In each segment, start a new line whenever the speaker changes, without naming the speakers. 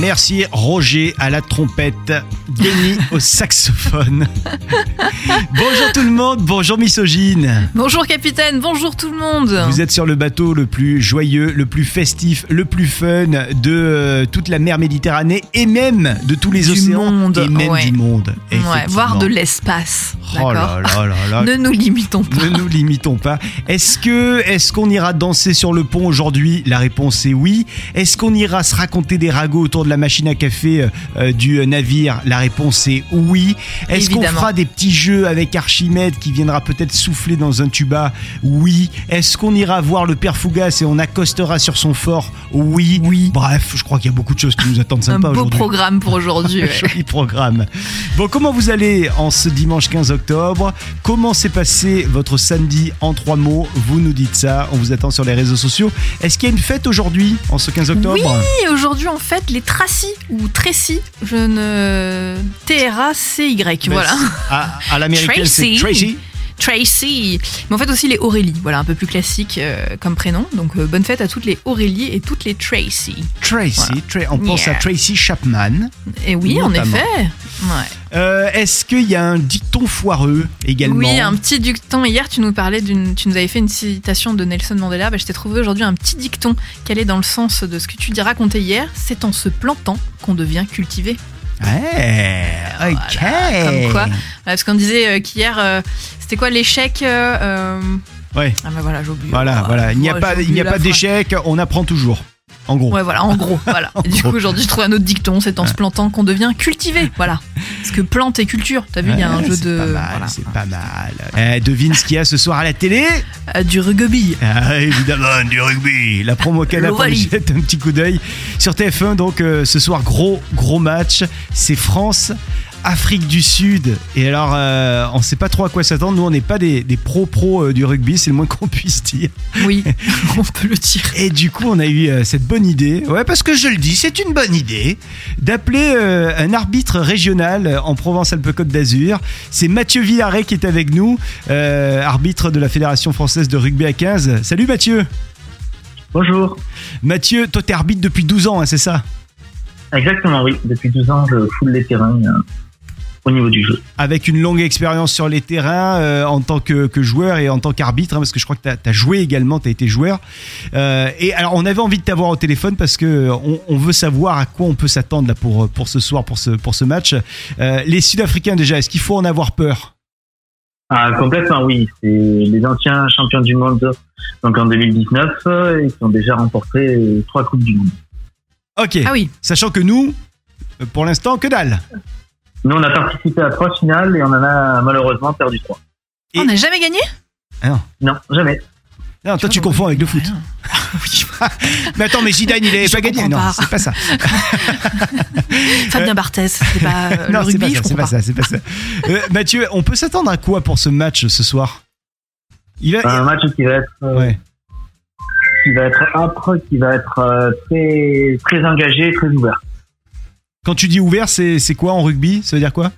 Merci Roger à la trompette, Denis au saxophone. bonjour tout le monde, bonjour misogyne.
Bonjour capitaine, bonjour tout le monde.
Vous êtes sur le bateau le plus joyeux, le plus festif, le plus fun de euh, toute la mer Méditerranée et même de tous les
Du
océans
monde,
et même
ouais.
du monde.
Ouais, voire de
Effectivement.
l'espace.
Oh
D'accord.
là là là là.
Ne nous limitons pas.
Ne nous limitons pas. Est-ce que est-ce qu'on ira danser sur le pont aujourd'hui La réponse est oui. Est-ce qu'on ira se raconter des ragots autour de la machine à café euh, euh, du euh, navire La réponse est oui. Est-ce qu'on
Évidemment.
fera des petits jeux avec Archimède qui viendra peut-être souffler dans un tuba Oui. Est-ce qu'on ira voir le père Fougas et on accostera sur son fort Oui. Oui. Bref, je crois qu'il y a beaucoup de choses qui nous attendent
Un
sympas
beau
aujourd'hui.
programme pour aujourd'hui. ouais.
Joli programme. Bon, comment vous allez en ce dimanche 15 octobre Comment s'est passé votre samedi en trois mots Vous nous dites ça, on vous attend sur les réseaux sociaux. Est-ce qu'il y a une fête aujourd'hui en ce 15 octobre
Et aujourd'hui, en fait, les Tracy ou Tracy, je ne. T-R-A-C-Y,
Ben,
voilà.
À, à l'américaine, c'est
Tracy.
Tracy.
Tracy. Mais en fait aussi les Aurélie, voilà, un peu plus classique euh, comme prénom. Donc euh, bonne fête à toutes les Aurélie et toutes les Tracy.
Tracy, Tra- on pense
Yeah.
à Tracy Chapman.
Et oui, en
Notamment.
effet. Ouais.
Euh, Est-ce qu'il y a un dicton foireux également
Oui, un petit dicton. Hier, tu nous parlais d'une, tu nous avais fait une citation de Nelson Mandela. Bah, je t'ai trouvé aujourd'hui un petit dicton qui allait dans le sens de ce que tu dis raconté hier. C'est en se plantant qu'on devient cultivé. Euh,
Ouais, ok.
comme quoi. Voilà, parce qu'on disait euh, qu'hier, euh, c'était quoi l'échec euh, euh,
Ouais,
Ah bah voilà, j'ai oublié.
voilà, voilà. Il n'y a
Ouais,
pas,
j'ai
il n'y a
oublié
pas
la phrase.
d'échec, on apprend toujours. En gros.
Ouais, voilà, en gros, voilà. Et du
gros.
coup, aujourd'hui, je trouve un autre dicton, c'est en se plantant qu'on devient cultivé, voilà. Parce que plante et culture, t'as vu, il y a un
Ouais,
jeu
Ah, c'est
de...
Pas mal,
voilà.
C'est pas mal. Euh, devine ce qu'il y a ce soir à la télé
Euh, du rugby.
Ah, Évidemment, du rugby. La promo canap, on y
L'Ovalie.
jette un petit coup d'œil. Sur TF1, donc, euh, ce soir, gros, gros match. C'est France. Afrique du Sud. Et alors, euh, on sait pas trop à quoi s'attendre. Nous, on n'est pas des, des pros-pros euh, du rugby, c'est le moins qu'on puisse dire.
Oui, on peut le dire.
Et du coup, on a eu euh, cette bonne idée. Ouais, parce que je le dis, c'est une bonne idée d'appeler euh, un arbitre régional euh, en Provence-Alpes-Côte d'Azur. C'est Mathieu Villaret qui est avec nous, euh, arbitre de la Fédération française de rugby à 15. Salut Mathieu.
Bonjour.
Mathieu, toi t'es arbitre depuis 12 ans, hein, c'est ça
Exactement, oui. Depuis 12 ans, je foule les terrains euh, au niveau du jeu.
avec une longue expérience sur les terrains euh, en tant que, que joueur et en tant qu'arbitre, hein, parce que je crois que tu as, joué également, tu as été joueur. Euh, et alors, on avait envie de t'avoir au téléphone parce que euh, on, on veut savoir à quoi on peut s'attendre là pour, euh, pour ce soir, pour ce, pour ce match. Euh, les Sud-Africains, déjà, est-ce qu'il faut en avoir peur
Ah, complètement, oui. C'est les anciens champions du monde. Donc en 2019, euh, ils ont déjà remporté euh, trois Coupes du Monde.
Ok,
Ah oui,
sachant que nous, euh, pour l'instant, que dalle.
Nous, on a participé à trois finales et on en a malheureusement perdu trois.
Et-
on n'a jamais gagné
Non, jamais.
Non, toi, tu
vois,
confonds avec le foot.
Oui,
Mais attends, mais Zidane, il n'avait
Je
pas gagné.
comprends
Non,
pas.
c'est pas ça.
Fabien Barthez, c'est pas euh,
non,
le
c'est pas ça,
rugby, je
c'est
comprends
pas
pas.
ça, c'est pas ça. Euh, Mathieu, on peut s'attendre à quoi pour ce match ce soir Il va.
Un match qui va être, euh,
Ouais.
qui va être âpre, qui va être euh, très, très engagé, très ouvert.
Quand tu dis ouvert, c'est c'est quoi en rugby Ça veut dire quoi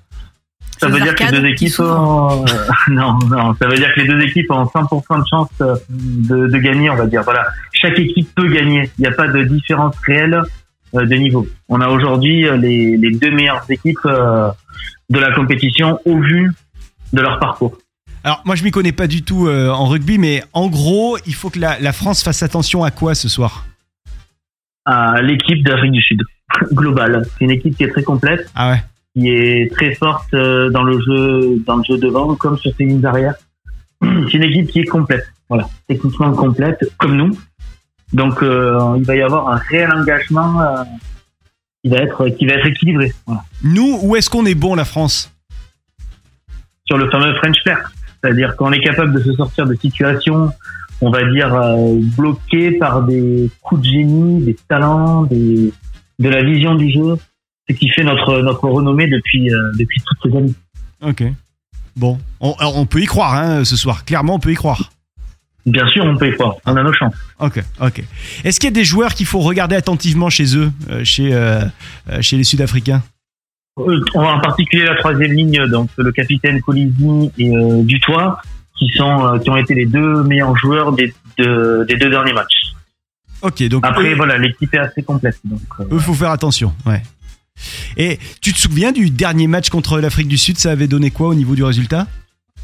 Ça
C'est
veut
les
dire que les
arcades
deux
qui
équipes
s'ouvrent.
ont... euh, non, non, ça veut dire que les deux équipes ont 100% de chance euh, de, de gagner, on va dire. Voilà, chaque équipe peut gagner. Il n'y a pas de différence réelle euh, de niveau. On a aujourd'hui euh, les, les deux meilleures équipes euh, de la compétition au vu de leur parcours.
Alors moi je m'y connais pas du tout euh, en rugby, mais en gros, il faut que la, la France fasse attention à quoi ce soir
À Euh, l'équipe d'Afrique du Sud globale, c'est une équipe qui est très complète.
Ah ouais.
qui est très forte euh, dans le jeu, dans le jeu devant comme sur ses lignes arrière. C'est une équipe qui est complète, voilà, techniquement complète, comme nous. Donc euh, il va y avoir un réel engagement euh, qui va être qui va être équilibré, voilà.
Nous, où est-ce qu'on est bon la France
Sur le fameux French Flair, c'est-à-dire qu'on est capable de se sortir de situations, on va dire euh, bloquées par des coups de génie, des talents, des de la vision du jeu, ce qui fait notre notre renommée depuis euh, depuis toutes ces années.
Ok. Bon, on, alors, on peut y croire hein, ce soir. Clairement, on peut y croire.
bien sûr, on peut y croire. On a nos chances.
Ok, ok. Est-ce qu'il y a des joueurs qu'il faut regarder attentivement chez eux, euh, chez, euh, euh, chez les Sud-Africains
Euh, En particulier la troisième ligne, donc le capitaine Colizny et euh, Dutoit, qui sont, euh, qui ont été les deux meilleurs joueurs des, de- des deux derniers matchs.
Ok, donc
Après,
eux,
voilà, l'équipe est assez complète. Donc, euh,
eux, faut faire attention. Ouais. Et tu te souviens du dernier match contre l'Afrique du Sud Ça avait donné quoi au niveau du résultat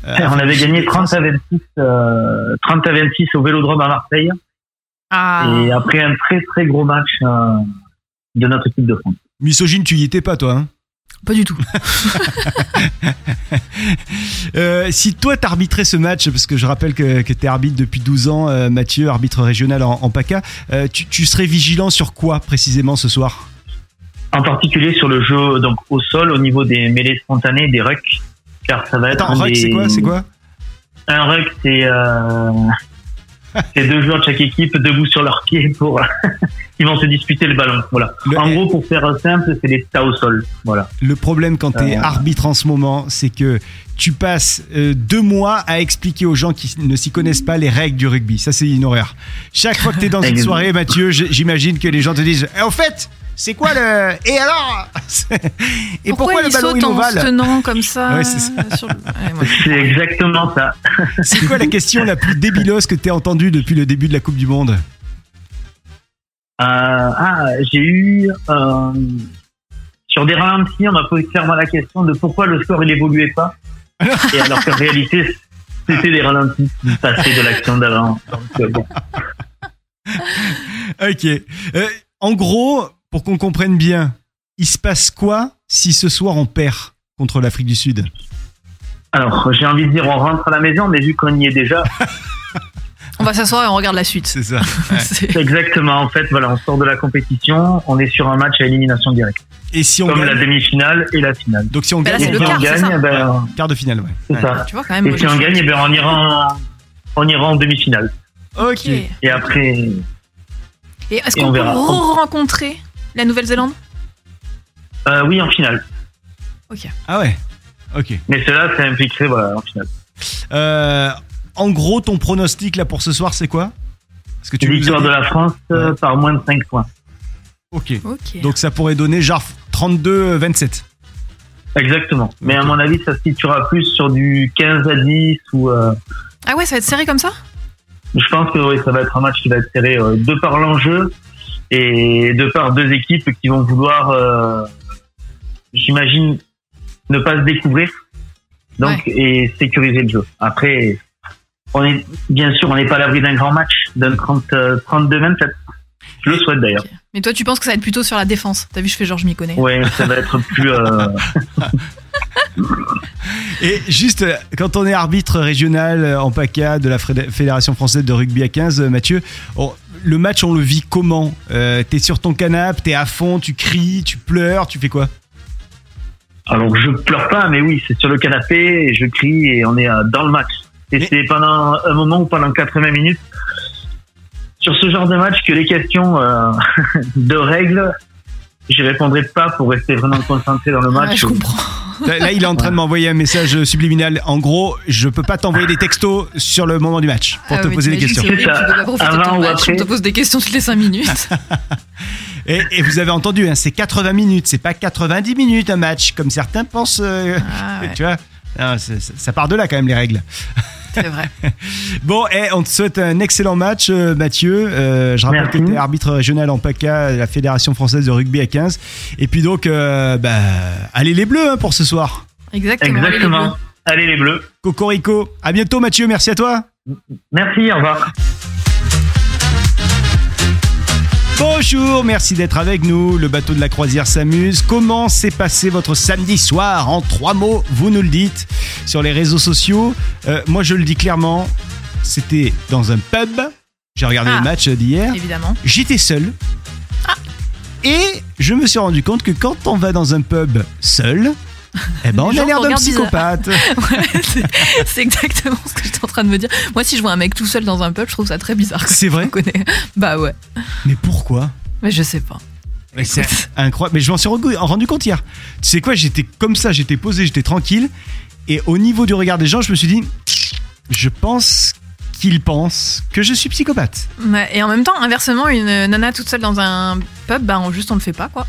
Euh,
on
Afrique
avait
du
gagné
Sud-
30 à 26, euh, 30 à 26 au Vélodrome à Marseille.
Ah,
Et après un très très gros match euh, de notre équipe de France.
Misogyne, tu y étais pas, toi. hein
pas du tout.
Euh, si toi, t'arbitrais ce match, parce que je rappelle que, que t'es arbitre depuis 12 ans, euh, Mathieu, arbitre régional en, en PACA, euh, tu, tu serais vigilant sur quoi précisément ce soir
En particulier sur le jeu donc au sol, au niveau des mêlées spontanées, des rucks, car ça va être
Attends,
un
Rock,
des-
c'est quoi C'est quoi
Un ruck, c'est euh, c'est deux joueurs de chaque équipe debout sur leurs pieds pour ils vont se disputer le ballon. Voilà.
Le- eh,
En gros, pour faire simple, c'est les tas au sol. Voilà.
Le problème quand t'es
Euh,
arbitre en ce moment, c'est que tu passes euh, deux mois à expliquer aux gens qui ne s'y connaissent pas les règles du rugby. Ça, c'est une horreur. Chaque fois que t'es dans une
Exactement.
soirée, Mathieu, j- j'imagine que les gens te disent Eh, Au fait, c'est quoi le. Et alors Et pourquoi, le
il
ballon
saute
il est
en se
ovale
tenant comme ça
Ouais, c'est ça.
euh, sur le- Ouais, ouais.
C'est exactement ça.
C'est quoi la question la plus débileuse que t'aies entendue depuis le début de la Coupe du Monde
Euh, ah, j'ai eu euh, sur des ralentis, on m'a posé clairement la question de pourquoi le score il évoluait pas. Et alors qu'en réalité, c'était des ralentis qui passaient de l'action d'avant. Donc, euh, bon.
Ok. Euh, en gros, pour qu'on comprenne bien, il se passe quoi si ce soir on perd contre l'Afrique du Sud
Alors, j'ai envie de dire, on rentre à la maison, mais vu qu'on y est déjà,
On va s'asseoir et on regarde la suite.
C'est ça.
C'est-
exactement, en fait, voilà, on sort de la compétition, on est sur un match à élimination directe.
Et si on
Comme
gagne
la demi-finale et la finale.
Donc si on
Bah là,
gagne,
c'est
et
le
si
on
quart,
on
gagne.
gagne,
c'est ça
eh ben,
Quart de finale, ouais.
c'est
Ouais.
ça.
Tu vois quand même. euh,
Et si
je-
on gagne, eh ben, on ira en, on ira en demi-finale.
Ok.
Ok.
Et après,
Et est-ce
Et
qu'on
on
peut
verra.
re-rencontrer la Nouvelle-Zélande
euh, oui, en finale.
Ah ouais. Ok.
Mais cela, ça impliquerait, voilà, en finale.
Euh, en gros, ton pronostic là pour ce soir, c'est quoi Parce que tu nous as
Victoire
dit-
de la France euh, par moins de 5 points.
Ok.
Ok.
Donc ça pourrait donner genre 32-27.
Exactement. Mais à
Ok.
mon avis, ça se situera plus sur du 15 à 10 ou. euh,
Ah ouais, ça va être serré comme ça
je pense que oui, ça va être un match qui va être serré euh, de par l'enjeu et de par deux équipes qui vont vouloir, euh, j'imagine, ne pas se découvrir. Donc et sécuriser le jeu. Après, on est bien sûr, on n'est pas à l'abri d'un grand match, d'un 30, euh, 32-27. Je le souhaite d'ailleurs.
Ok. Mais toi, tu penses que ça va être plutôt sur la défense T'as vu, je fais genre, je m'y connais.
Ouais, ça va être plus. euh,
Et juste, euh, quand on est arbitre régional euh, en PACA de la Fédé- Fédération Française de Rugby à 15, euh, Mathieu, on- le match, on le vit comment Euh, T'es sur ton canapé, t'es à fond, tu cries, tu pleures, tu fais quoi
Alors Ah, je pleure pas, mais oui, c'est sur le canapé et je crie et on est euh, dans le match. Et
Mais-
c'est pendant un moment ou pendant 80 minutes sur ce genre de match que les questions euh, de règles, j'y répondrai pas pour rester vraiment concentré dans le
Ouais,
match.
Ah, je comprends.
Là, là, il est en train de m'envoyer un message subliminal. En gros, je peux pas t'envoyer des textos sur le moment du match pour
Ah
te
ouais,
poser des
t'imagines,
questions.
c'est horrible,
C'est ça.
tu peux pas profiter de
Avant
ton
ou
match,
après.
On te pose des questions toutes les 5 minutes.
Et, et vous avez entendu, hein, c'est 80 minutes, c'est pas 90 minutes un match, comme certains pensent. euh,
Ah ouais,
Tu vois Non, c'est- c'est- ça part de là quand même les règles.
c'est vrai.
Bon, et on te souhaite un excellent match, euh, Mathieu. Euh, je rappelle
Merci.
que tu es arbitre régional en PACA, la Fédération française de rugby à 15. Et puis donc, euh, bah, allez les Bleus hein, pour ce soir.
Exactement.
Exactement. Allez les bleus.
Cocorico, à bientôt Mathieu, merci à toi.
Merci, au revoir.
Bonjour, merci d'être avec nous. Le bateau de la croisière s'amuse. Comment s'est passé votre samedi soir En trois mots, vous nous le dites sur les réseaux sociaux. Euh, moi, je le dis clairement, c'était dans un pub. J'ai regardé
Ah.
le match d'hier.
Évidemment.
J'étais seul.
Ah.
Et je me suis rendu compte que quand on va dans un pub seul, eh ben, on
gens
a l'air
te
d'un
regardent bizarre.
psychopathe.
Ouais, c'est- c'est exactement ce que j'étais en train de me dire. Moi, si je vois un mec tout seul dans un pub, je trouve ça très bizarre. que
C'est vrai
je connais. Bah ouais,
Mais pourquoi
mais je sais pas.
Mais c'est
Écoute.
incroyable. Mais je m'en suis rendu- rendu compte hier. Tu sais quoi, j'étais comme ça, j'étais posé, j'étais tranquille. Et au niveau du regard des gens, je me suis dit, je pense qu'ils pensent que je suis psychopathe.
Ouais, Et en même temps, inversement, une nana toute seule dans un pub, bah, on- juste on le fait pas, quoi.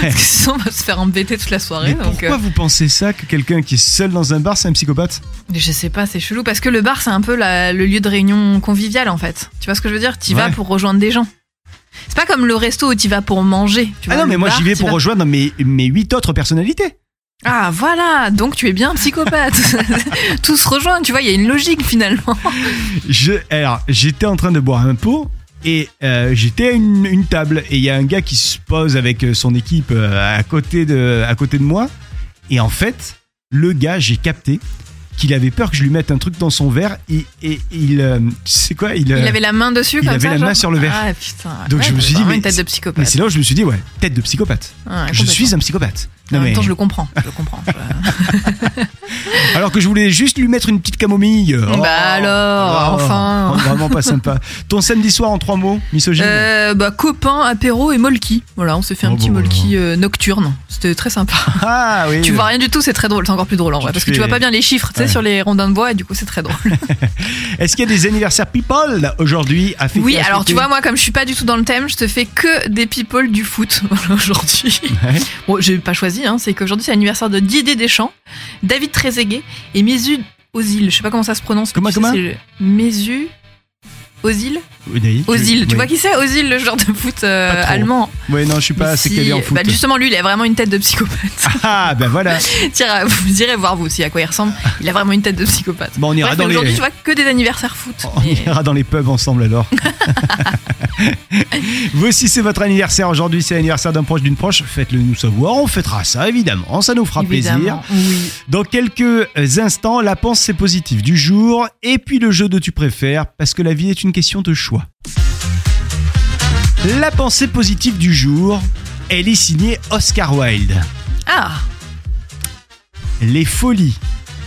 Parce que sinon, on va se faire embêter toute la soirée.
Mais
donc, euh,
pourquoi vous pensez ça que quelqu'un qui est seul dans un bar c'est un psychopathe
Mais Je sais pas, c'est chelou parce que le bar c'est un peu la- le lieu de réunion conviviale en fait. Tu vois ce que je veux dire T'y vas
Ouais.
pour rejoindre des gens. C'est pas comme le resto où t'y vas pour manger. Tu
Ah
vois,
non
le
mais moi
bar,
j'y vais
t'y
pour
vas-
rejoindre mes mes huit autres personnalités.
Ah voilà, donc tu es bien psychopathe. Tous rejoignent, tu vois, il y a une logique finalement.
Je, alors, j'étais en train de boire un pot et euh, j'étais à une, une table et il y a un gars qui se pose avec euh, son équipe euh, à côté de, à côté de moi. Et en fait, le gars, j'ai capté qu'il avait peur que je lui mette un truc dans son verre et, et il, euh, tu sais quoi, il,
Il
euh,
avait la main dessus
il
comme
avait
ça,
la main
genre.
sur le verre.
Ah putain.
Donc,
ouais,
je me
t'as
suis dit,
vraiment
mais
une tête
c'est-
de
mais
psychopathe.
c'est là où je me suis dit ouais, tête de psychopathe.
Ouais,
Je
complètement.
suis un psychopathe.
En
Non,
même
mais-
temps, je le comprends. Je le comprends. je-
alors que je voulais juste lui mettre une petite camomille.
Bah
Oh,
alors,
oh,
enfin.
Vraiment pas sympa. Ton samedi soir en trois mots, misogyne.
Euh, bah, copain, apéro et molki. Voilà, on s'est fait un
Oh,
petit
bon,
molki euh, nocturne. C'était très sympa.
Ah oui.
Tu vois rien du tout, c'est très drôle, c'est encore plus drôle en
Je
vrai,
te
parce que
fais-
tu vois pas bien les chiffres, tu sais,
Ouais.
sur les rondins de bois, et du coup c'est très drôle.
Est-ce qu'il y a des anniversaires people là, aujourd'hui à fêter
Oui,
à
alors tu
fêter
vois, moi comme je suis pas du tout dans le thème, je te fais que des people du foot voilà, aujourd'hui.
Ouais.
Bon, j'ai pas choisi, hein, c'est qu'aujourd'hui c'est l'anniversaire de Didier Deschamps, David Trezeguet et Mesut Ozil. Je sais pas comment ça se prononce. mais
Comment,
tu sais,
comment
c'est le- Mesut Ozil
Oui, Naïf,
Ozil, tu
oui.
vois qui c'est Ozil, le genre de foot euh,
Pas trop.
allemand
Ouais, non, je suis pas
Mais
assez
si-
calé en foot.
bah, justement, lui, il a vraiment une tête de psychopathe.
Ah, ben voilà.
Tiens, vous irez voir vous aussi à quoi il ressemble. Il a vraiment une tête de psychopathe.
Bon, on ira
Bref,
dans
mais aujourd'hui,
les.
je vois que des anniversaires foot.
On
Mais-
ira dans les pubs ensemble alors. Vous aussi, c'est votre anniversaire aujourd'hui, c'est l'anniversaire d'un proche, d'une proche. Faites-le nous savoir, on fêtera ça évidemment, ça nous fera plaisir.
Évidemment, oui.
Dans quelques euh, instants, la pensée positive du jour et puis le jeu de tu préfères parce que la vie est une question de choix. La pensée positive du jour, elle est signée Oscar Wilde.
Ah,
Les folies.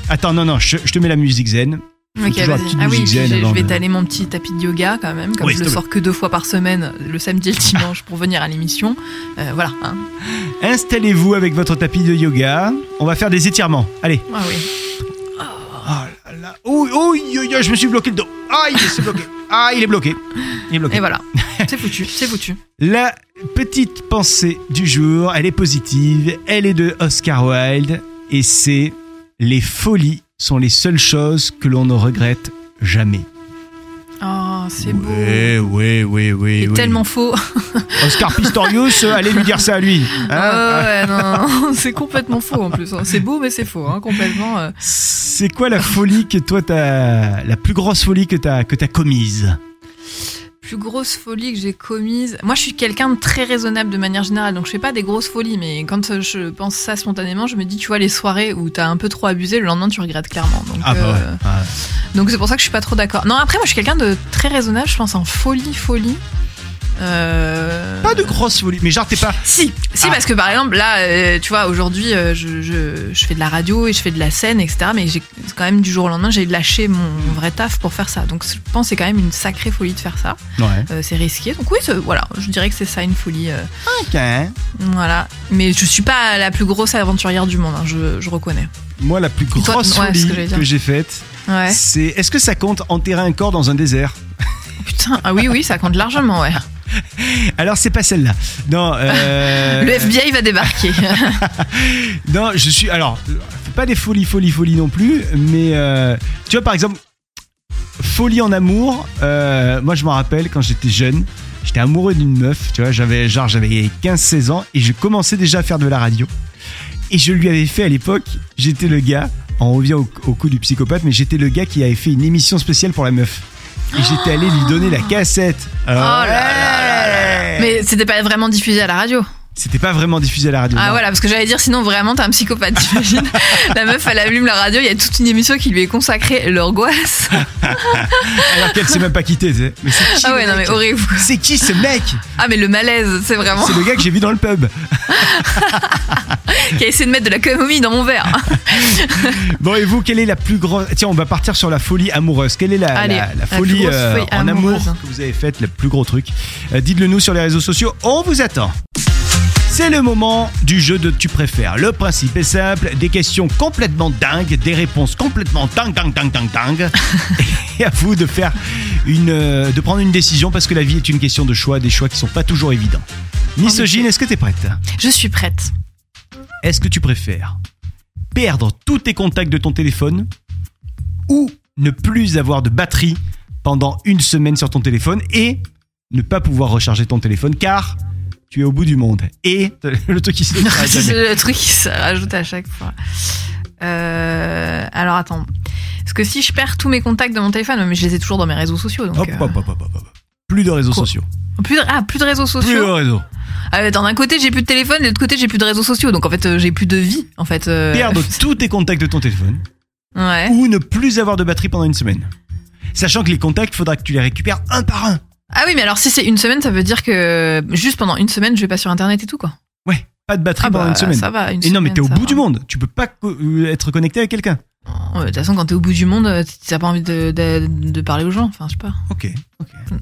Attends, non, non, je, je te mets la musique zen. Faut
ok,
toujours la
vas-y.
petite
Ah oui,
musique
puis
zen
je,
avant
je vais
de-
étaler mon petit tapis de yoga quand même, comme
Oui,
je
s'il te
le
plaît.
sors que deux fois par semaine, euh, le samedi et le dimanche, pour venir à l'émission. Euh, voilà. hein.
Installez-vous avec votre tapis de yoga. On va faire des étirements. Allez.
Ah oui.
Oh là là. Ouh, ouh, ouh, ouh, je me suis bloqué le dos. Ah, il est bloqué. Ah, il est bloqué. Il est bloqué.
Et voilà. C'est foutu, c'est foutu.
La petite pensée du jour, elle est positive, elle est de Oscar Wilde et c'est les folies sont les seules choses que l'on ne regrette jamais.
Oh, c'est beau.
Ouais, ouais, ouais, ouais.
C'est
ouais.
tellement faux.
Oscar Pistorius, euh, allez lui dire ça à lui. hein.
Ah ouais, non, non, c'est complètement faux en plus. hein. C'est beau, mais c'est faux, hein, complètement. euh.
C'est quoi la folie que toi t'as, la plus grosse folie que t'as que t'as commise
plus grosse folie que j'ai commise. Moi, je suis quelqu'un de très raisonnable de manière générale, donc je fais pas des grosses folies, mais quand euh, je pense ça spontanément, je me dis, tu vois, les soirées où t'as un peu trop abusé, le lendemain, tu regrettes clairement. Donc,
Ah bah ouais.
euh,
Ah.
donc c'est pour ça que je suis pas trop d'accord. Non, après, moi, je suis quelqu'un de très raisonnable, je pense en folie, folie. Euh,
Pas de grosse folie, mais genre t'es pas.
si, si
Ah.
parce que par exemple là, euh, tu vois, aujourd'hui, euh, je, je- je fais de la radio et je fais de la scène, etc. Mais j'ai quand même du jour au lendemain, j'ai lâché mon vrai taf pour faire ça. Donc je pense que c'est quand même une sacrée folie de faire ça.
Ouais.
Euh, c'est risqué. Donc oui, c'est- voilà, je dirais que c'est ça une folie. euh,
Ok. hein.
voilà. Mais je suis pas la plus grosse aventurière du monde, hein, je, je reconnais.
Moi, la plus
toi,
grosse
ouais, c'est ce
folie
que j'allais dire.
que j'ai faite,
Ouais.
c'est. Est-ce que ça compte enterrer un corps dans un désert
Putain, ah oui, oui, ça compte largement, ouais.
Alors c'est pas celle-là. Non. euh,
Le FBI va débarquer.
Non, je suis. Alors, fais pas des folies, folies, folies non plus. Mais euh, tu vois, par exemple, folie en amour. euh, moi, je m'en rappelle quand j'étais jeune. J'étais amoureux d'une meuf, tu vois, j'avais genre j'avais 15-16 ans et je commençais déjà à faire de la radio. Et je lui avais fait à l'époque, j'étais le gars, on revient au, au coup du psychopathe, mais j'étais le gars qui avait fait une émission spéciale pour la meuf. Et j'étais allé lui donner la cassette.
Oh là là Mais c'était pas vraiment diffusé à la radio.
C'était pas vraiment diffusé à la radio.
Ah
non.
voilà, parce que j'allais dire sinon vraiment t'es un psychopathe, t'imagines La meuf, elle allume la radio, il y a toute une émission qui lui est consacrée, l'angoisse.
Alors qu'elle s'est même pas quittée. tu sais. Mais c'est qui
Ah
le
ouais, non
mec
mais horrible. quoi.
C'est qui ce mec
Ah mais le malaise, c'est vraiment.
C'est le gars que j'ai vu dans le pub.
Qui a essayé de mettre de la camomille dans mon verre.
Bon, et vous, quelle est la plus grosse. Tiens, on va partir sur la folie amoureuse. Quelle est la,
Allez,
la- la
la plus
folie
grosse
euh,
folie
en amour
amoureuse.
que vous avez faite, le plus gros truc Euh, Dites-le nous sur les réseaux sociaux. On vous attend. C'est le moment du jeu de tu préfères. Le principe est simple, des questions complètement dingues, des réponses complètement dingues, dingues, dingues, dingues, dingues. Et à vous de faire une, euh, de prendre une décision parce que la vie est une question de choix, des choix qui sont pas toujours évidents. Misogyne, est-ce que t'es prête
Je suis prête.
Est-ce que tu préfères perdre tous tes contacts de ton téléphone ou ne plus avoir de batterie pendant une semaine sur ton téléphone et ne pas pouvoir recharger ton téléphone car tu es au bout du monde et le truc qui se déclare
C'est
jamais.
le truc qui se rajoute à chaque fois. Euh, alors attends. Parce que si je perds tous mes contacts de mon téléphone, mais je les ai toujours dans mes réseaux sociaux. Donc,
Hop,
euh,
hop, hop, hop, hop, hop. Plus de réseaux
Quoi
sociaux.
Plus de, ah, plus de réseaux
Plus de
sociaux.
réseaux.
Ah, attends, d'un côté j'ai plus de téléphone, de l'autre côté j'ai plus de réseaux sociaux. Donc en fait euh, j'ai plus de vie. En fait. euh,
Perdre tous tes contacts de ton téléphone
Ouais.
ou ne plus avoir de batterie pendant une semaine. Sachant que les contacts, il faudra que tu les récupères un par un.
Ah oui, mais alors si c'est une semaine, ça veut dire que juste pendant une semaine, je vais pas sur internet et tout quoi.
Ouais, pas de batterie
Ah
Ah, pendant
bah,
une semaine.
ça va. Une
Et non, mais
semaine,
t'es au
ça
bout
va.
du monde. Tu peux pas co- euh, être connecté avec quelqu'un.
Ouais, De toute façon, quand t'es au bout du monde, euh, t'as pas envie de, de, de parler aux gens. Enfin, je sais pas.
Ok.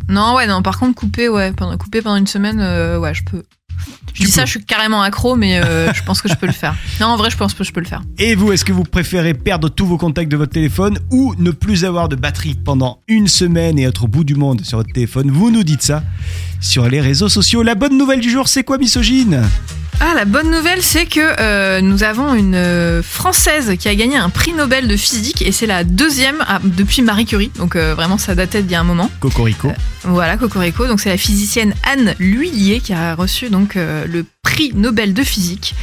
Non, ouais, non. Par contre, couper, ouais, pendant couper pendant une semaine, euh, ouais, je peux. Je
Tu
dis ça,
peux.
je suis carrément accro, mais euh, je pense que je peux le faire. Non, en vrai, je pense que je peux le faire.
Et vous, est-ce que vous préférez perdre tous vos contacts de votre téléphone ou ne plus avoir de batterie pendant une semaine et être au bout du monde sur votre téléphone Vous nous dites ça sur les réseaux sociaux. La bonne nouvelle du jour, c'est quoi, misogyne
Ah, la bonne nouvelle, c'est que euh, nous avons une euh, Française qui a gagné un prix Nobel de physique et c'est la deuxième à- depuis Marie Curie. Donc euh, vraiment, ça datait d'il y a un moment.
Cocorico.
Euh, Voilà, Cocorico. Donc, c'est la physicienne Anne Lhuillier qui a reçu donc euh, le prix Nobel de physique.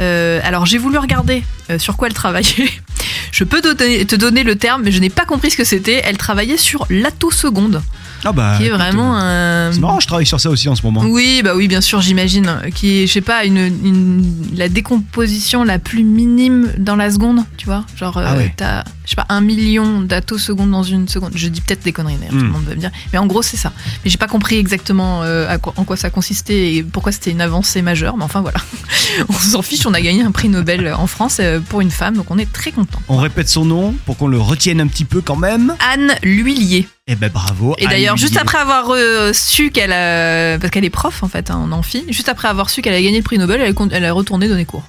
Euh, alors, j'ai voulu regarder euh, sur quoi elle travaillait. Je peux te donner, te donner le terme, mais je n'ai pas compris ce que c'était. Elle travaillait sur l'atoseconde,
Ah bah.
qui est
écoute,
vraiment un.
C'est marrant, je travaille sur ça aussi en ce moment.
Oui, bah oui, bien sûr, j'imagine. Qui est, je sais pas, une, une- la décomposition la plus minime dans la seconde, tu vois. Genre, euh,
Ah ouais.
t'as, je sais pas, un million d'atosecondes dans une seconde. Je dis peut-être des conneries, d'ailleurs,
Hmm.
tout le monde va me dire. Mais en gros, c'est ça. Mais j'ai pas compris exactement euh, à quoi- en quoi ça consistait et pourquoi c'était une avancée majeure. Mais enfin, voilà. on s'en fiche, on a gagné un prix Nobel en France euh, pour une femme, donc on est très content.
On répète son nom pour qu'on le retienne un petit peu quand même.
Anne Lhuillier.
Eh ben bravo.
Et d'ailleurs,
Anne
juste
Lillier.
après avoir euh, su qu'elle a... Parce qu'elle est prof, en fait, hein, en amphi. Juste après avoir su qu'elle a gagné le prix Nobel, elle, con- elle a retourné donner cours.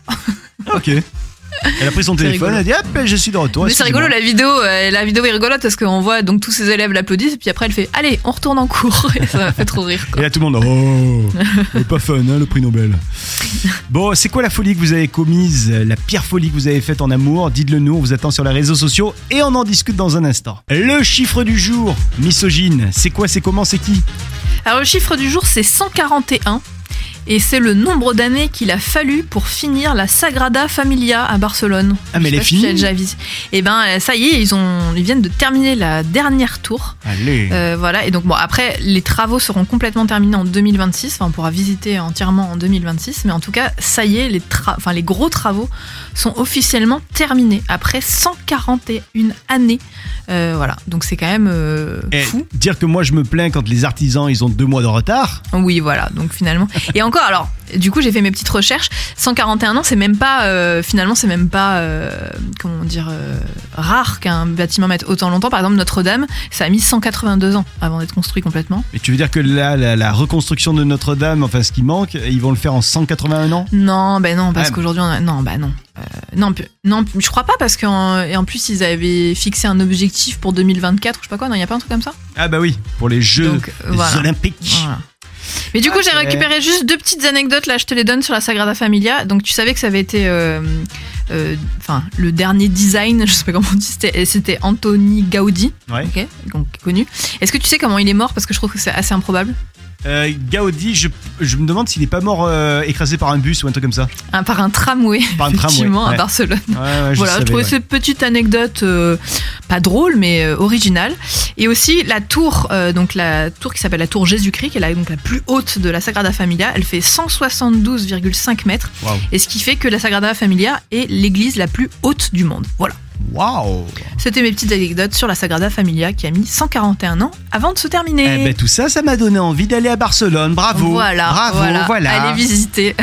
Ok. Elle a pris son
C'est
téléphone,
rigolo.
elle a dit Hop, je suis de retour.
Mais c'est
excusez-moi.
rigolo, la vidéo, euh, la vidéo est rigolote parce qu'on voit donc tous ses élèves l'applaudissent, et puis après elle fait Allez, on retourne en cours. Et ça m'a fait trop rire,
Et
quoi.
là, tout le monde, oh, c'est pas fun, hein, le prix Nobel. Bon, c'est quoi la folie que vous avez commise La pire folie que vous avez faite en amour Dites-le nous, on vous attend sur les réseaux sociaux et on en discute dans un instant. Le chiffre du jour, misogyne, c'est quoi, c'est comment, c'est qui
Alors, le chiffre du jour, c'est 141. Et c'est le nombre d'années qu'il a fallu pour finir la Sagrada Familia à Barcelone.
Ah, mais elle
Je sais
est
pas si tu l'as
finie
déjà visité. Et ben, euh, ça y est, ils, ont, ils viennent de terminer la dernière tour.
Allez.
Euh, voilà, et donc bon, après, les travaux seront complètement terminés en 2026, enfin, on pourra visiter entièrement en 2026, mais en tout cas, ça y est, les, tra- enfin, les gros travaux sont officiellement terminés après 141 années. Euh, voilà, donc c'est quand même euh,
Eh,
fou.
dire que moi je me plains quand les artisans ils ont deux mois de retard.
Oui, voilà, donc finalement. Et encore, alors, du coup, j'ai fait mes petites recherches. 141 ans, c'est même pas, euh, finalement, c'est même pas, euh, comment dire, euh, rare qu'un bâtiment mette autant longtemps. Par exemple, Notre-Dame, ça a mis 182 ans avant d'être construit complètement.
Mais tu veux dire que là, la, la reconstruction de Notre-Dame, enfin ce qui manque, ils vont le faire en 181 ans
Non, ben non, parce
Ah.
qu'aujourd'hui, on a... non, bah non. Euh, non, pu- non, pu- je crois pas parce qu'en et en plus ils avaient fixé un objectif pour 2024 ou je sais pas quoi. Non, il y a pas un truc comme ça.
Ah bah oui, pour les Jeux
Donc euh,
les
voilà.
Olympiques.
Voilà. Mais du coup,
Ok.
j'ai récupéré juste deux petites anecdotes là. Je te les donne sur la Sagrada Familia. Donc tu savais que ça avait été, euh, euh, enfin, le dernier design, je sais pas comment on dit, c'était c'était Anthony Gaudi,
Ouais.
ok, donc connu. Est-ce que tu sais comment il est mort Parce que je trouve que c'est assez improbable.
Euh, Gaudi, je, je me demande s'il est pas mort euh, écrasé par un bus ou un truc comme ça.
Hein, par un tramway,
Par un tramway,
effectivement,
ouais.
à Barcelone.
Ouais, ouais, je
voilà,
savais,
je trouvais
ouais.
cette petite anecdote euh, pas drôle mais euh, originale. Et aussi la tour, euh, donc la tour qui s'appelle la tour Jésus-Christ, qui est la, donc la plus haute de la Sagrada Familia. Elle fait 172,5 mètres,
Waouh.
et ce qui fait que la Sagrada Familia est l'église la plus haute du monde. Voilà,
Waouh
c'est C'était mes petites anecdotes sur la Sagrada Familia qui a mis 141 ans avant de se
Eh
terminer.
ben, tout ça, ça m'a donné envie d'aller à Barcelone. Bravo.
voilà,
bravo,
voilà.
voilà.
Allez visiter.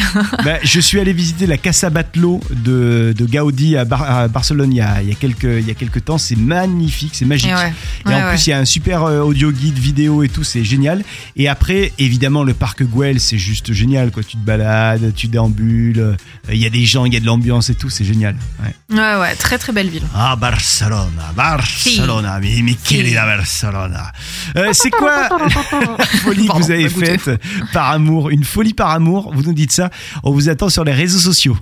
Ben, je suis allé visiter la Casa Batlló de, de Gaudi à, Bar- à Barcelone il y, a, il, y a quelques, il y a quelques temps. C'est magnifique, c'est magique.
Et ouais.
Et
Ouais,
en
ouais.
plus, il y a un super euh, audio guide, vidéo et tout, c'est génial. Et après, évidemment, le parc Güell, c'est juste génial. Quoi. Tu te balades, tu déambules, euh, il y a des gens, il y a de l'ambiance et tout, c'est génial. Ouais.
ouais, ouais, très très belle ville.
Ah, Barcelone, Barcelone, mais, mais quelle est la Barcelone Euh, C'est quoi folie que
Pardon,
vous avez
pas goûté.
faite par amour Une folie par amour, vous nous dites ça, on vous attend sur les réseaux sociaux.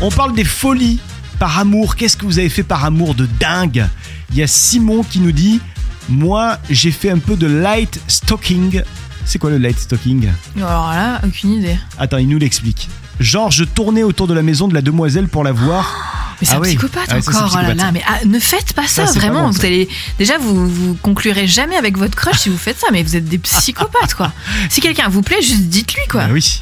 On parle des folies par amour. Qu'est-ce que vous avez fait par amour de dingue Il y a Simon qui nous dit Moi, j'ai fait un peu de light stalking. C'est quoi le light stalking
Alors là, aucune idée.
Attends, il nous l'explique. Genre, je tournais autour de la maison de la demoiselle pour la voir.
Mais c'est
Ah
un
oui.
psychopathe
Ah, ça, c'est
encore, oh là
psychopathe,
là.
ça.
Mais ah, ne faites pas
Ça,
ça,
c'est pas
vraiment.
bon,
vous
ça.
allez déjà vous vous conclurez jamais avec votre crush si vous faites ça. Mais vous êtes des psychopathes quoi. Si quelqu'un vous plaît, juste dites-lui quoi.
Ah oui.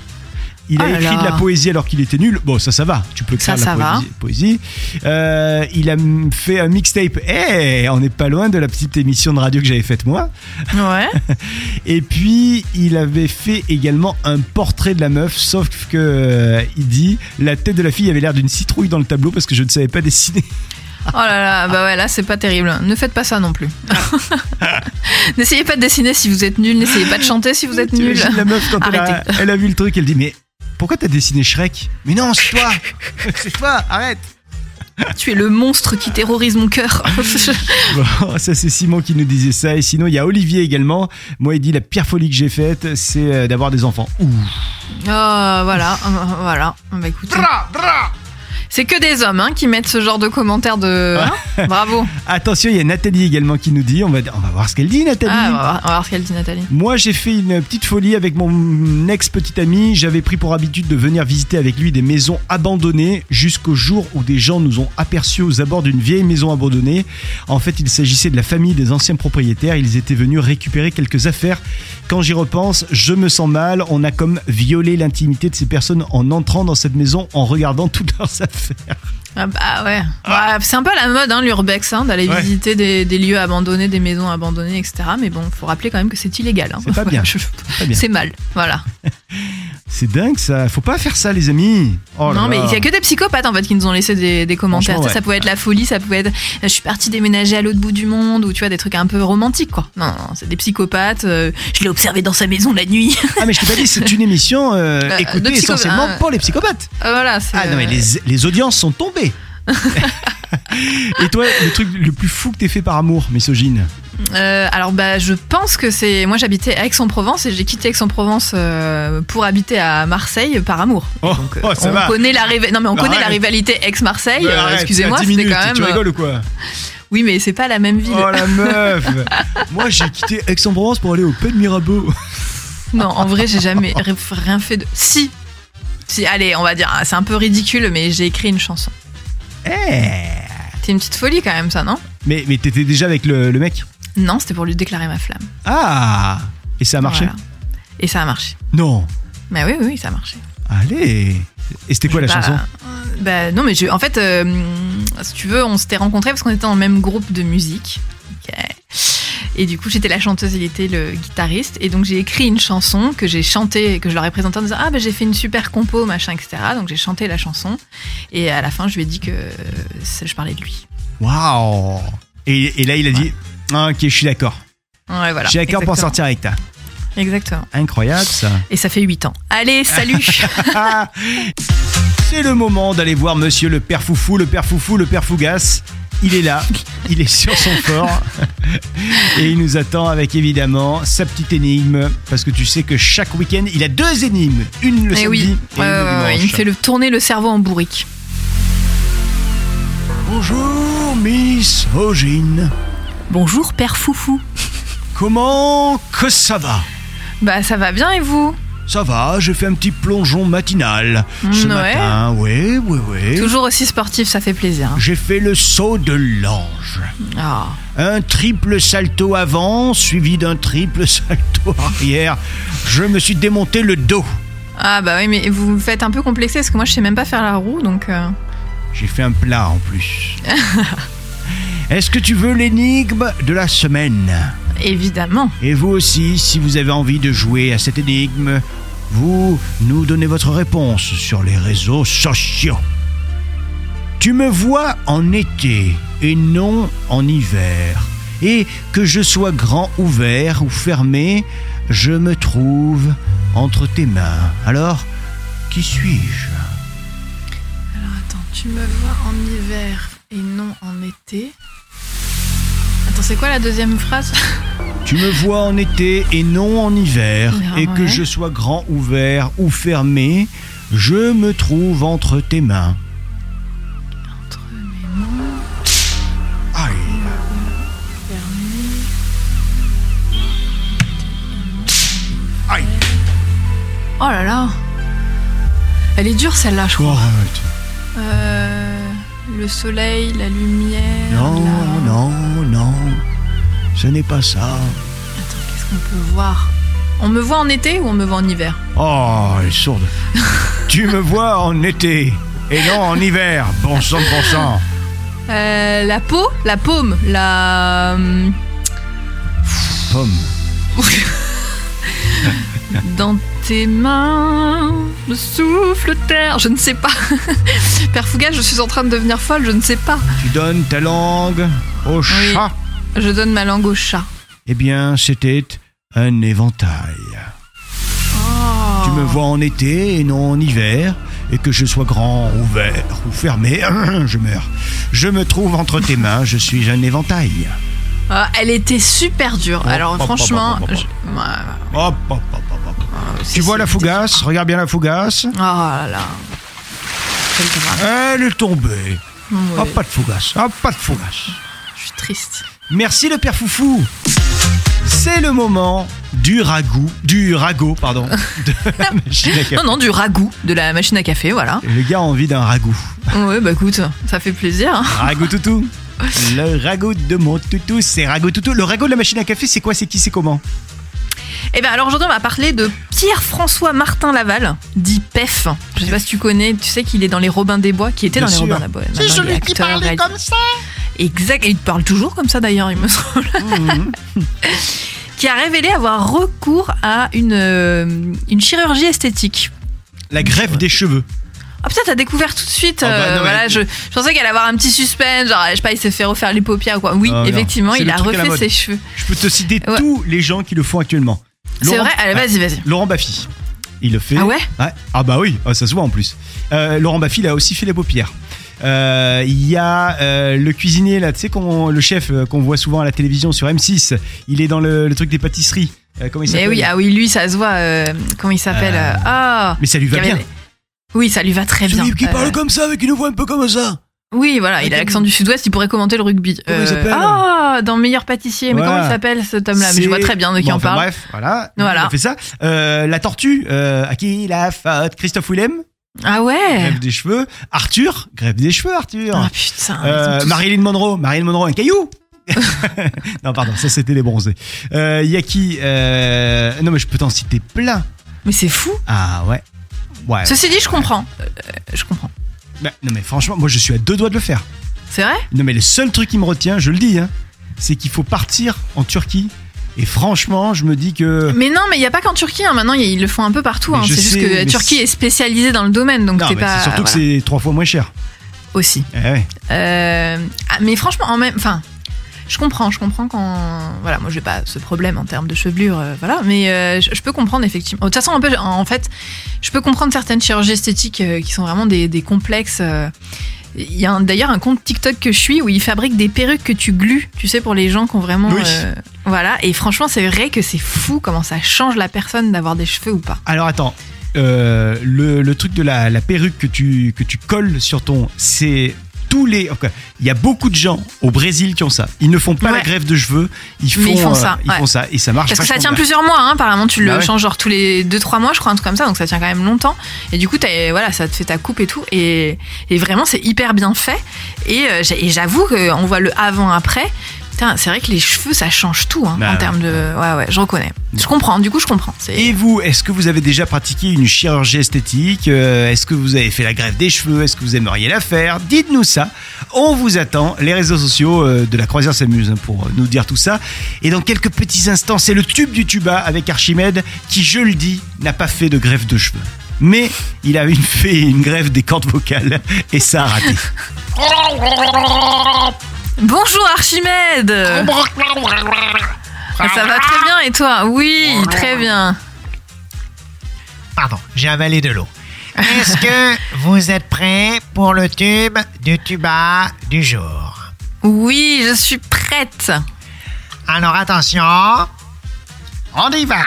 Il a
Oh là
écrit
là.
de la poésie alors qu'il était nul. Bon, ça, ça va. Tu peux
Ça,
faire
ça
de la
va.
poésie. poésie. Euh, il a mm, fait un mixtape. Eh, on n'est pas loin de la petite émission de radio que j'avais faite moi.
Ouais.
Et puis, il avait fait également un portrait de la meuf, sauf que euh, il dit la tête de la fille avait l'air d'une citrouille dans le tableau parce que je ne savais pas dessiner.
Oh là là, bah ouais, là c'est pas terrible. Ne faites pas ça non plus. n'essayez pas de dessiner si vous êtes nul. N'essayez pas de chanter si vous êtes nul.
T'imagines la meuf quand elle a,
Arrêtez.
elle a vu le truc, elle dit mais pourquoi t'as dessiné Shrek Mais non, c'est toi, c'est toi, arrête.
Tu es le monstre qui terrorise mon cœur. Oh,
Bon, ça c'est Simon qui nous disait ça. Et sinon, il y a Olivier également. Moi, il dit la pire folie que j'ai faite, c'est euh, d'avoir des enfants. Ouh.
Ah, voilà, euh, voilà. Bah écoutez. C'est que des hommes hein, qui mettent ce genre de commentaires de. hein Bravo.
Attention, il y a Nathalie également qui nous dit. On va, on va voir ce qu'elle dit, Nathalie.
Ah, on, va voir, on va voir ce qu'elle dit, Nathalie.
Moi, j'ai fait une petite folie avec mon ex-petit ami. J'avais pris pour habitude de venir visiter avec lui des maisons abandonnées jusqu'au jour où des gens nous ont aperçus aux abords d'une vieille maison abandonnée. En fait, il s'agissait de la famille des anciens propriétaires. Ils étaient venus récupérer quelques affaires. Quand j'y repense, je me sens mal. On a comme violé l'intimité de ces personnes en entrant dans cette maison en regardant toutes leurs affaires.
Ah, bah ouais. Ouais, c'est un peu la mode, hein, l'urbex, hein, d'aller
Ouais.
visiter des, des lieux abandonnés, des maisons abandonnées, etc. Mais bon, faut rappeler quand même que c'est illégal. hein.
C'est pas bien.
Je-
Très bien.
C'est mal. Voilà.
C'est dingue ça. Faut pas faire ça, les amis. Oh là
non, mais
là.
il y a que des psychopathes en fait qui nous ont laissé des, des commentaires.
Franchement,
Ça, ça pouvait être la folie, ça pouvait être je suis partie déménager à l'autre bout du monde ou tu vois des trucs un peu romantiques quoi. Non, non, non, c'est des psychopathes. euh, je l'ai observé dans sa maison la nuit.
Ah, mais je t'ai pas dit, c'est une émission euh,
Euh, de
écoutée
psycho-
essentiellement
ah.
pour les psychopathes.
Euh, voilà. c'est,
Ah non, mais
euh,
les, les audiences sont tombées. Et toi, le truc le plus fou que t'aies fait par amour, misogyne
euh, alors bah je pense que c'est moi j'habitais à Aix-en-Provence et j'ai quitté Aix-en-Provence euh, pour habiter à Marseille par amour.
Oh,
Donc, euh,
oh, ça
on
va.
connaît la riva- non mais on
Bah,
connaît la
arrête.
rivalité Aix-Marseille.
Ouais,
Alors,
arrête,
Excusez-moi,
c'est à 10
c'était
minutes,
quand même.
Tu
euh,
rigoles ou quoi
Oui mais c'est pas la même ville.
Oh la meuf Moi j'ai quitté Aix-en-Provence pour aller au Pays de Mirabeau.
Non, en vrai, j'ai jamais ré- rien fait de. Si Si, allez, on va dire, c'est un peu ridicule, mais j'ai écrit une chanson.
Eh.
C'est une petite folie quand même, ça, non
Mais, mais t'étais déjà avec le, le mec
Non, c'était pour lui déclarer ma flamme.
Ah Et ça a marché
Voilà. Et ça a marché.
Non
Bah oui, oui, oui, ça a marché.
Allez Et c'était quoi la
Bah,
chanson
euh, Bah non, mais je- en fait, euh, si tu veux, on s'était rencontrés parce qu'on était dans le même groupe de musique. Ok. Et du coup, j'étais la chanteuse, il était le guitariste. Et donc, j'ai écrit une chanson que j'ai chantée, que je leur ai présentée en disant Ah, bah, j'ai fait une super compo, machin, etc. Donc, j'ai chanté la chanson. Et à la fin, je lui ai dit que euh, c'est- je parlais de lui.
Waouh et, et là il a dit Ah, Ok, je suis d'accord.
Ouais, voilà.
je suis d'accord pour
Exactement.
sortir avec ta.
Exactement.
Incroyable ça
Et ça fait 8 ans. Allez, salut
Ah, C'est le moment d'aller voir monsieur le père Foufou, le père Foufou, le père Fougas. Il est là, il est sur son fort et il nous attend avec évidemment sa petite énigme parce que tu sais que chaque week-end il a deux énigmes, une le
Eh
samedi
oui,
et
Ouais,
une
ouais, ouais,
le
il me
dimanche.
fait le tourner le cerveau en bourrique.
Bonjour Miss Ogine,
Bonjour, père Foufou.
comment que ça va
Bah, ça va bien et vous
Ça va, j'ai fait un petit plongeon matinal ce
Mm, ouais.
matin. Oui, oui, oui.
Toujours aussi sportif, ça fait plaisir. hein.
J'ai fait le saut de l'ange.
Ah.
Un triple salto avant, suivi d'un triple salto arrière. Je me suis démonté le dos.
Ah bah oui, mais vous me faites un peu complexer parce que moi je sais même pas faire la roue, donc euh,
J'ai fait un plat en plus. Est-ce que tu veux l'énigme de la semaine
Évidemment.
Et vous aussi, si vous avez envie de jouer à cette énigme, vous nous donnez votre réponse sur les réseaux sociaux. Tu me vois en été et non en hiver. Et que je sois grand ouvert ou fermé, je me trouve entre tes mains. Alors, qui suis-je
Alors attends, tu me vois en hiver et non en été. Attends, c'est quoi la deuxième phrase
Tu me vois en été et non en hiver,
Ah Ouais,
et que
ouais.
je sois grand ouvert ou fermé, je me trouve entre tes mains.
Entre mes mains
Aïe.
fermées.
Aïe.
Oh là là. Elle est dure celle-là, je crois.
Correct.
Euh, le soleil, la lumière.
Non,
la-
non, non. Ce n'est pas ça.
Attends, qu'est-ce qu'on peut voir On me voit en été ou on me voit en hiver
Oh, elle est sourde. tu me vois en été et non en hiver. Bon sang, bon sang.
Euh, La peau La paume La. hum,
Pomme.
Dans tes mains, le souffle terre. Je ne sais pas. Père Fougas, je suis en train de devenir folle, je ne sais pas.
Tu donnes ta langue au chat.
Je donne ma langue au chat.
Eh bien, c'était un éventail.
Oh.
Tu me vois en été et non en hiver, et que je sois grand, ouvert ou fermé, je meurs. Je me trouve entre tes mains, je suis un éventail.
Ah, elle était super dure.
Oh,
Alors
oh, oh,
franchement,
oh, oh, oh.
je- ouais, ouais, ouais,
Hop, hop, hop, hop, hop.
ouais, Ah, c'est-
Tu vois la
c'est-
fougasse Regarde bien la fougasse.
Oh là là. Quel drame.
Elle est tombée.
Ouais,
Ah, pas de fougasse. Ah, pas de fougasse.
Je suis triste.
Merci le père Foufou. C'est le moment du ragoût, du ragot, pardon, de la machine à café.
Non, non, du ragoût de la machine à café, voilà.
Le gars a envie d'un ragoût.
ouais, bah écoute, ça fait plaisir. hein.
Ragout toutou. Le ragout de mon toutou, c'est ragout toutou. Le ragout de la machine à café, c'est quoi, c'est qui, c'est comment
Eh bien, alors aujourd'hui, on va parler de Pierre-François Martin Laval, dit PEF. Je sais pas si tu connais, tu sais qu'il est dans les Robins des Bois, qui était
Bien
dans
sûr.
les Robins des Bois. C'est celui qui parlait comme ça Exact, et il parle toujours comme ça d'ailleurs, il me semble.
Mhm.
Qui a révélé avoir recours à une, euh, une chirurgie esthétique.
La greffe des cheveux.
Ah putain, t'as découvert tout de suite.
Ah bah,
euh,
non, mais-
voilà, je, je pensais qu'elle allait avoir un petit suspense, genre, je sais pas, il s'est fait refaire les paupières ou quoi. Oui,
Ah, non.
effectivement,
C'est
il
le
a
truc à la
refait
mode.
ses cheveux.
Je peux te citer
Ouais.
tous les gens qui le font actuellement.
C'est
Laurent-
vrai Allez, vas-y, vas-y.
Laurent Baffy. Il le fait.
Ah ouais
Ah bah oui, ah, ça se voit en plus. Euh, Laurent Baffy, il a aussi fait les paupières. Euh, Il y a euh, le cuisinier là, tu sais qu'on- le chef euh, qu'on voit souvent à la télévision sur M6. Il est dans le, le truc des pâtisseries. Euh, comment il
Mais
s'appelle
oui, ah oui, lui, ça se voit. euh, comment il s'appelle
Euh,
euh, Ah
Mais ça lui va
Il y
bien.
avait- Oui, ça lui va très bien. Euh,
comme ça avec une voix un peu comme ça.
Oui, voilà, il a l'accent du sud-ouest, il pourrait commenter le rugby.
Comment il s'appelle
ah, dans Meilleur Pâtissier. Mais
Voilà.
comment il s'appelle cet homme-là Mais
C'est-
je vois très bien de qui
Bon,
on
enfin,
parle.
Bref, voilà.
Voilà.
On fait ça. Euh, la tortue, euh, à qui la faute Christophe Willem,
Ah ouais
grève des cheveux. Arthur, grève des cheveux, Arthur.
Ah putain. ils
Euh,
ont tous-
Marilyn Monroe, Marilyn Monroe, un caillou. non, pardon, ça c'était les bronzés. Euh, y a qui euh, Non, mais je peux t'en citer plein.
Mais c'est fou.
Ah ouais. Ouais.
Ceci dit, je comprends. Euh, je comprends.
Bah, non, mais franchement, moi je suis à deux doigts de le faire.
C'est vrai
Non, mais le seul truc qui me retient, je le dis, hein, c'est qu'il faut partir en Turquie. Et franchement, je me dis que.
Mais non, mais il n'y a pas qu'en Turquie. hein. Maintenant, ils le font un peu partout.
Mais
hein.
je
C'est juste
sais,
que
mais
la Turquie
c'est-
est... spécialisée dans le domaine, donc
Non,
c'est
mais
pas.
c'est surtout que
voilà.
c'est trois fois moins cher.
Aussi.
Eh ouais.
Euh, ah, mais franchement, en même, enfin, je comprends, je comprends quand, voilà, moi j'ai pas ce problème en termes de chevelure, euh, voilà, mais euh, je, je peux comprendre effectivement. De toute façon, un peu, en fait, je peux comprendre certaines chirurgies esthétiques euh, qui sont vraiment des, des complexes. euh. Il y a un- d'ailleurs un compte TikTok que je suis où ils fabriquent des perruques que tu glues, tu sais, pour les gens qui ont vraiment,
Oui.
euh, voilà. Et franchement, c'est vrai que c'est fou comment ça change la personne d'avoir des cheveux ou pas.
Alors attends, euh, le, le truc de la, la perruque que tu, que tu colles sur ton. C'est tous les. en tout cas, Il y a beaucoup de gens au Brésil qui ont ça. Ils ne font pas la
Ouais.
grève de cheveux, ils font,
Mais ils font
euh,
ça,
Ils
ouais.
font ça et ça marche.
Parce que ça
vachement
tient
bien.
plusieurs mois, hein, apparemment tu le
Bah ouais.
changes genre tous les 2-3 mois, je crois, un truc comme ça, donc ça tient quand même longtemps. Et du coup, t'as- voilà, ça te fait ta coupe et tout. Et, et vraiment, c'est hyper bien fait. Et, euh, j'ai- et j'avoue qu'on voit le avant-après. Putain, c'est vrai que les cheveux, ça change tout hein,
Bah,
en termes de. Ouais, ouais, je reconnais. Je comprends, du coup, je comprends. C'est-
Et vous, est-ce que vous avez déjà pratiqué une chirurgie esthétique Euh, Est-ce que vous avez fait la grève des cheveux Est-ce que vous aimeriez la faire Dites-nous ça. On vous attend. Les réseaux sociaux euh, de la croisière s'amusent hein, pour euh, nous dire tout ça. Et dans quelques petits instants, c'est le tube du tuba avec Archimède qui, je le dis, n'a pas fait de grève de cheveux. Mais il a une- fait une grève des cordes vocales et ça a raté.
Bonjour Archimède Ah, Ça va très bien et toi Oui, très bien.
Pardon, j'ai avalé de l'eau. Est-ce que vous êtes prêts pour le tube du tuba du jour
Oui, je suis prête.
Alors attention, on y va.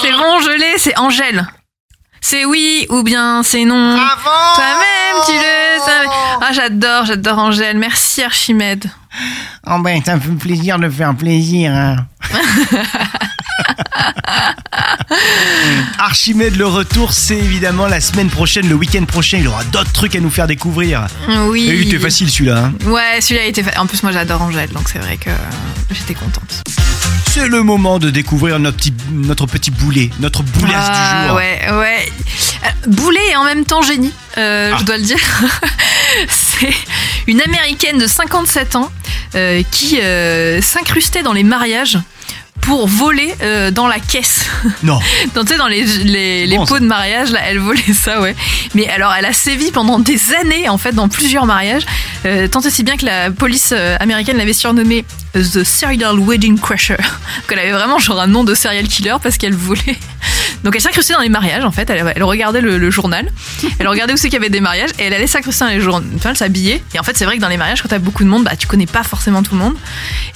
C'est bon, je l'ai, c'est Angèle. C'est oui ou bien c'est non.
Bravo
Toi-même, tu le savais. Ah, j'adore, j'adore Angèle. Merci Archimède.
Oh ben, ça me fait plaisir de faire plaisir. hein.
Archimède, le retour, c'est évidemment la semaine prochaine, le week-end prochain. Il aura d'autres trucs à nous faire découvrir.
Oui.
Et il était facile celui-là. hein.
Ouais, celui-là il était fa- En plus, moi j'adore Angèle, donc c'est vrai que euh, j'étais contente.
C'est le moment de découvrir notre petit, notre petit boulet, notre boulasse
Ah,
du jour.
Ouais, ouais. Euh, Boulet et en même temps génie, euh,
Ah.
je dois le dire. C'est une américaine de 57 ans euh, qui euh, s'incrustait dans les mariages pour voler euh, dans la caisse.
Non,
Dans, tu sais, dans les, les, les
bon,
pots
ça.
de mariage, là, elle volait ça, ouais. Mais alors, elle a sévi pendant des années, en fait, dans plusieurs mariages. Euh, tant et si bien que la police euh, américaine l'avait surnommée The Serial Wedding Crusher. Qu'elle avait vraiment, genre, un nom de serial killer parce qu'elle volait. Donc, elle s'incrustait dans les mariages, en fait. Elle, elle regardait le, le journal. Elle regardait où c'est qu'il y avait des mariages. Et elle allait s'incruster dans les journaux. Enfin, elle s'habillait. Et en fait, c'est vrai que dans les mariages, quand t'as beaucoup de monde, bah, tu connais pas forcément tout le monde.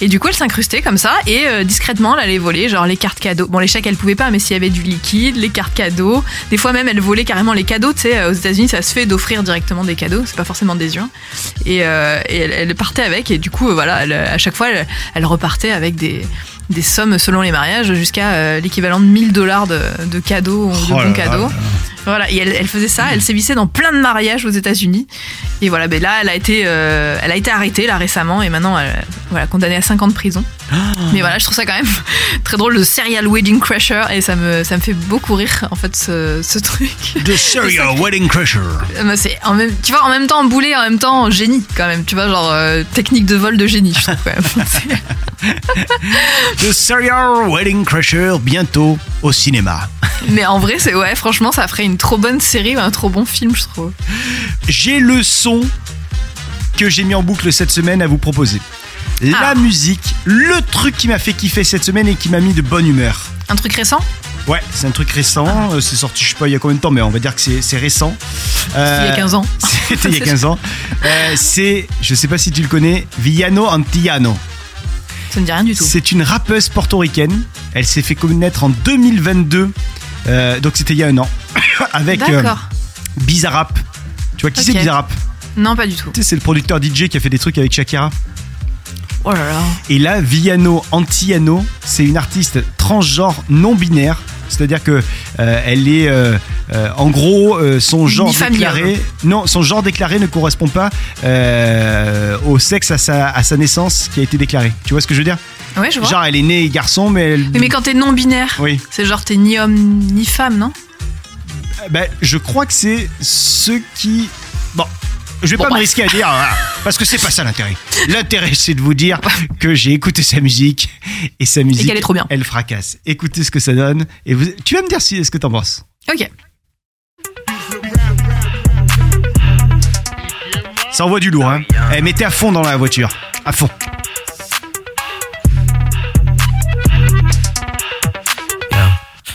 Et du coup, elle s'incrustait comme ça et euh, discrètement, elle allait voler genre les cartes cadeaux. Bon, les chèques, elle pouvait pas, mais s'il y avait du liquide, les cartes cadeaux. Des fois même, elle volait carrément les cadeaux. Tu sais, euh, aux États-Unis, ça se fait d'offrir directement des cadeaux. C'est pas forcément des urnes. Et, euh, et elle, elle partait avec. Et du coup, euh, voilà, elle, à chaque fois, elle, elle repartait avec des des sommes selon les mariages jusqu'à euh, l'équivalent de 1000 dollars de, de cadeaux ou de
Oh là
bons
là
cadeaux.
là.
Voilà, et elle, elle faisait ça, elle sévissait dans plein de mariages aux États-Unis. Et voilà, ben là, elle a été, euh, elle a été arrêtée là récemment et maintenant, elle, voilà, condamnée à 5 ans de prison.
Ah.
Mais voilà, je trouve ça quand même très drôle, le serial wedding crusher, et ça me, ça me fait beaucoup rire en fait ce, ce truc.
The Serial Wedding Crusher.
Euh, ben, C'est en même, tu vois, en même temps boulet, en même temps génie quand même. Tu vois, genre euh, technique de vol de génie, je trouve quand même. C'est-
The Serial Wedding Crusher, bientôt au cinéma.
Mais en vrai, c'est ouais, franchement, ça ferait une trop bonne série ou un trop bon film, je trouve.
J'ai le son que j'ai mis en boucle cette semaine à vous proposer. La
Ah.
musique, le truc qui m'a fait kiffer cette semaine et qui m'a mis de bonne humeur.
Un truc récent
Ouais, c'est un truc récent, euh, c'est sorti je sais pas il y a combien de temps, mais on va dire que c'est c'est récent.
Il y a
Euh,
15 ans.
C'était il y a 15 ans. Euh, c'est, je sais pas si tu le connais, Villano Antillano.
Ça me dit rien du tout.
C'est une rappeuse portoricaine. Elle s'est fait connaître en 2022. Euh, donc c'était il y a un an. avec euh,
D'accord.
Bizarrap. Tu vois qui
Ok.
c'est Bizarrap
Non, pas du tout.
Tu sais, c'est le producteur DJ qui a fait des trucs avec Shakira.
Oh là là.
Et là, Villano Antiano, c'est une artiste transgenre non binaire. C'est-à-dire que euh, elle est, euh, euh, en gros, euh, son genre
Bifamiliale.
déclaré, non, son genre déclaré ne correspond pas euh, au sexe à sa, à sa naissance qui a été déclaré. Tu vois ce que je veux dire
Ouais, je vois.
Genre, elle est née garçon, mais elle,
Oui, mais quand t'es non binaire,
oui.
c'est genre t'es ni homme ni femme, non
Euh, ben, je crois que c'est ce qui, bon. Je vais
Bon,
pas me
bref.
risquer à dire, voilà, parce que c'est pas ça l'intérêt. L'intérêt, c'est de vous dire que j'ai écouté sa musique et sa musique.
Et qu'elle est trop bien.
Elle fracasse. Écoutez ce que ça donne. Et vous, tu vas me dire si, ce que t'en penses.
Ok.
Ça envoie du lourd, hein. Eh, mettez à fond dans la voiture. À fond.
Yeah.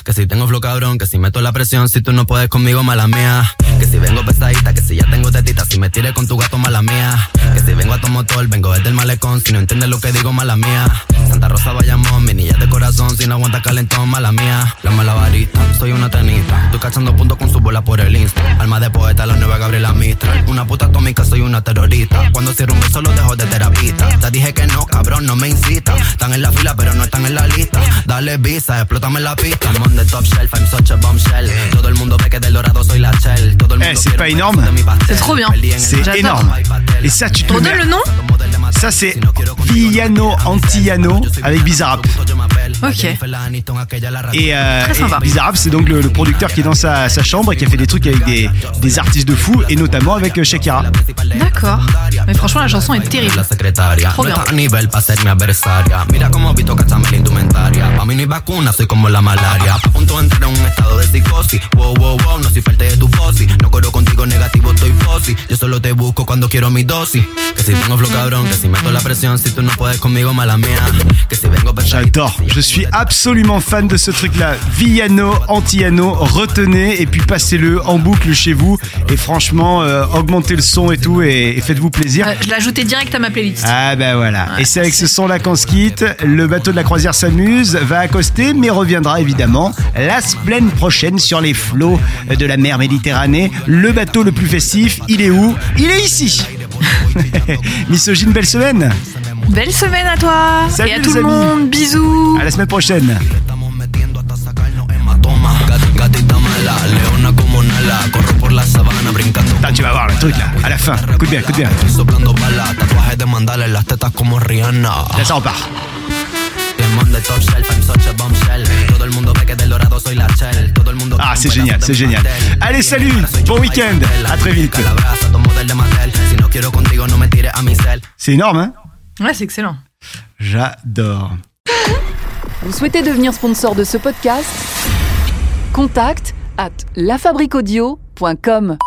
Que si tengo flow cabrón, que si meto la presión, si tú no puedes conmigo, mala mía. Que si vengo pesadita, que si ya tengo tetita, si me tires con tu gato, mala mía. Que si vengo a tu motor, vengo desde el malecón, si no entiendes lo que digo, mala mía. Santa Rosa Bayamón, mi niña de corazón, si no aguanta calentón, mala mía. La malabarista, soy una tenista, tú cachando puntos con su bola por el insta. Alma de poeta, la nueva Gabriela. sobre la Mistral. Una puta atómica, soy una terrorista. Cuando cierro un beso, lo dejo de terapista. Te dije que no, cabrón, no me incita. Están en la fila, pero no están en la lista. Dale visa, explótame la pista. I'm on the top shelf, I'm such a bombshell. Todo el mundo ve que del dorado soy la shell. Todo el
Eh,
mundo
c'est
quiere
pas
un
énorme.
pedazo de mi pastel.
C'est trop bien.
Perdí en el
C'est
pastel.
énorme. Et ça, tu te le
Redonne
mets-
le nom
Ça, c'est Piano Antillano avec Bizarrap.
Ok.
Et, euh,
Très sympa.
et Bizarrap, c'est donc le, le producteur qui est dans sa, sa chambre et qui a fait des trucs avec des, des artistes de fou, et notamment avec euh, Shakira.
D'accord. Mais franchement, la chanson est terrible.
La secretaria
Trop
no
bien.
está a nivel para ser mi adversaria. Mira cómo visto cachame la indumentaria. Pa' mí no hay vacuna, soy como la malaria. A punto de entrar en un estado de psicosis. Wow, wow, wow, no soy parte de tu fosi. No corro contigo negativo, estoy fosi. Yo solo te busco cuando quiero mi dosis. Que si tengo flow cabrón, que si meto la presión, si tú no puedes conmigo, mala mía. Que si vengo pesadito,
J'adore,
si
je suis absolument fan de ce truc-là. Villano, Antiano, retenez et puis passez-le en boucle chez vous. Et franchement, euh, augmentez le son et tout et, et faites-vous plaisir.
Euh, je l'ai ajouté direct à ma playlist.
Ah bah voilà. et c'est avec ce son-là qu'on se quitte. Le bateau de la croisière s'amuse, va accoster, mais reviendra évidemment la semaine prochaine sur les flots de la mer Méditerranée. Le bateau le plus festif, il est où Il est ici. Misogyne, belle semaine.
Belle semaine à toi
Salut,
et à
les
tout le
amis.
monde. Bisous.
À la semaine prochaine.
le estamos metiendo hasta sacarnos hematomas. Gat- Gatita mala, leona como Nala. Corro por la sabana brincando
Putain, tu vas voir le truc là. À la fin. Coup de bien, coup de bien.
Estoy soplando balas, tatuajes de mandala en las tetas como Rihanna.
Là, ça repart.
I'm on the top shelf, I'm such a bombshell. Todo el mundo ve que del dorado soy la shell. Todo el mundo
Ah, c'est
quiere un
génial,
pedazo
c'est
de
génial.
pastel.
Allez, salut,
Ahora soy
bon
yo,
week-end,
pastel.
à très vite.
Calabraza, tu model de Mattel. Si no quiero contigo, no me tires a mi cel.
C'est énorme, hein
Ouais, c'est excellent.
J'adore.
Vous souhaitez devenir sponsor de ce podcast Contact à lafabriquaudio.com.